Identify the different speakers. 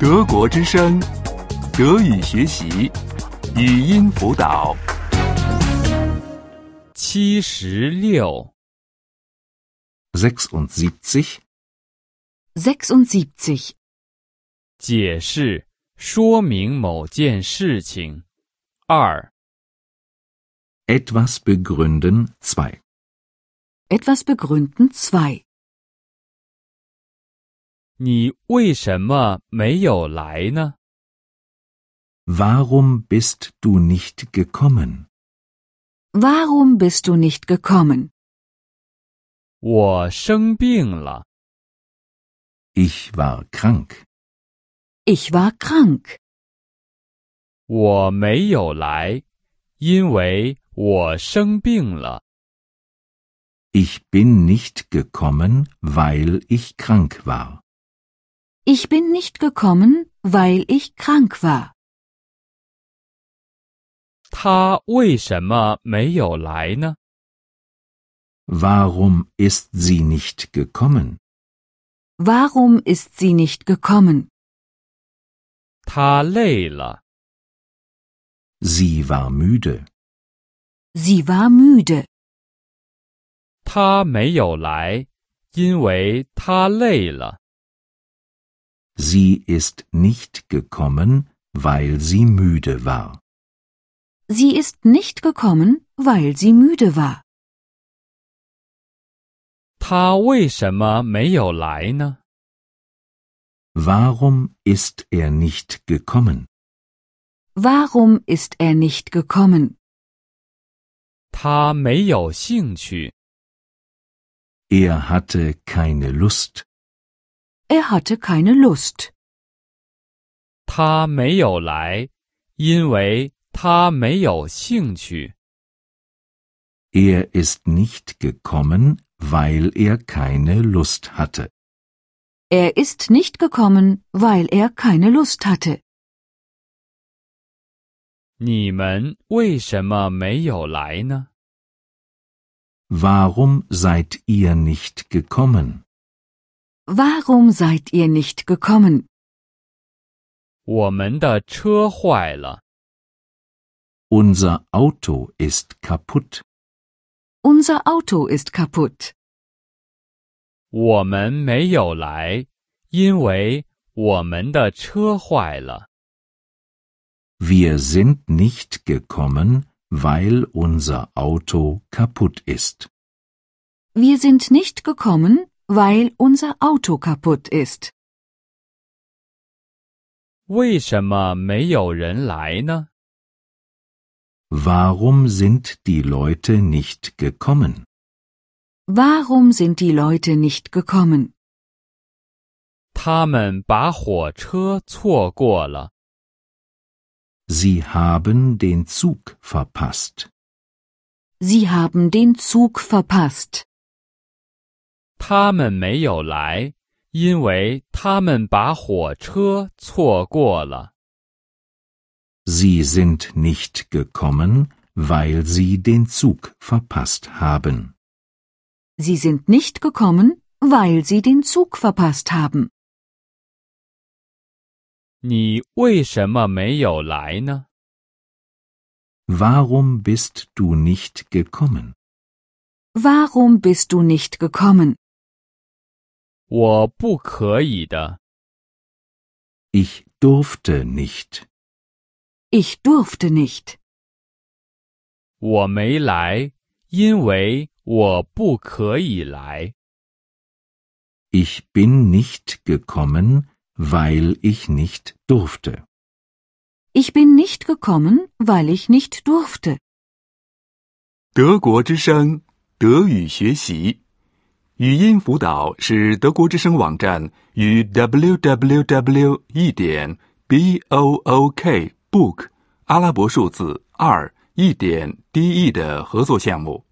Speaker 1: 德国之声，德语学习，语音辅导。
Speaker 2: 七十六，
Speaker 3: 76,
Speaker 4: 76.
Speaker 2: 解释说明某件事情。二，
Speaker 3: etwas begründen 2,
Speaker 4: Etwas begründen 2.
Speaker 2: 你为什么没有来呢？
Speaker 3: warum bist du nicht gekommen?
Speaker 4: Warum bist du nicht gekommen?
Speaker 2: 我生病了。
Speaker 3: Ich war krank,
Speaker 4: Ich war krank.
Speaker 2: 我没有来，因为我生病了。
Speaker 3: ich bin nicht gekommen, weil ich krank war.
Speaker 4: Ich bin nicht gekommen, weil ich krank war.
Speaker 2: 他为什么没有来呢？
Speaker 3: Warum ist sie nicht gekommen?
Speaker 4: Warum ist sie nicht gekommen?
Speaker 2: 他累了。
Speaker 3: Sie war müde.
Speaker 4: Sie war müde.
Speaker 2: 他没有来，因为他累了。
Speaker 3: Sie ist nicht gekommen, weil sie müde war.
Speaker 4: Sie ist nicht gekommen, weil sie müde war.
Speaker 2: 他为什么没有来呢？
Speaker 3: Warum ist er nicht gekommen?
Speaker 4: Warum ist er nicht gekommen?
Speaker 2: 他没有兴趣。
Speaker 3: Er hatte keine Lust.
Speaker 4: Er hatte keine Lust.
Speaker 2: 他没有来，因为他没有兴趣。
Speaker 3: Er ist nicht gekommen, weil er keine Lust hatte.
Speaker 4: Er ist nicht gekommen, weil er keine Lust hatte.
Speaker 2: 你们为什么没有来呢？
Speaker 3: Warum seid ihr nicht gekommen?
Speaker 4: Warum seid ihr nicht gekommen?
Speaker 2: 我们的车坏了。
Speaker 3: Unser Auto ist kaputt.
Speaker 4: Unser Auto ist kaputt.
Speaker 2: 我们没有来，因为我们的车坏了。
Speaker 3: Wir sind nicht gekommen, weil unser Auto kaputt ist.
Speaker 4: Wir sind nicht gekommen, weil unser Auto kaputt ist.
Speaker 2: 为什么没有人来呢？
Speaker 3: Warum sind die Leute nicht gekommen?
Speaker 4: Warum sind die Leute nicht gekommen?
Speaker 2: 他们把火车错过了。
Speaker 3: Sie haben den Zug verpasst.
Speaker 4: Sie haben den Zug verpasst.
Speaker 2: 他们没有来，因为他们把火车错过了。
Speaker 3: Sie sind nicht gekommen, weil sie den Zug verpasst haben.
Speaker 4: Sie sind nicht gekommen, weil sie den Zug verpasst haben.
Speaker 2: 你为什么没有来呢？
Speaker 3: Warum bist du nicht gekommen?
Speaker 4: Warum bist du nicht gekommen?
Speaker 2: 我不可以的。
Speaker 3: Ich durfte nicht.
Speaker 4: Ich durfte nicht.
Speaker 2: 我没来，因为我不可以来。
Speaker 3: Ich bin nicht gekommen, weil ich nicht durfte.
Speaker 4: Ich bin nicht gekommen, weil ich nicht durfte.
Speaker 1: 德国之声，德语学习，语音辅导是德国之声网站与 www. 一点 b o o k book 阿拉伯数字二一点 d e 的合作项目。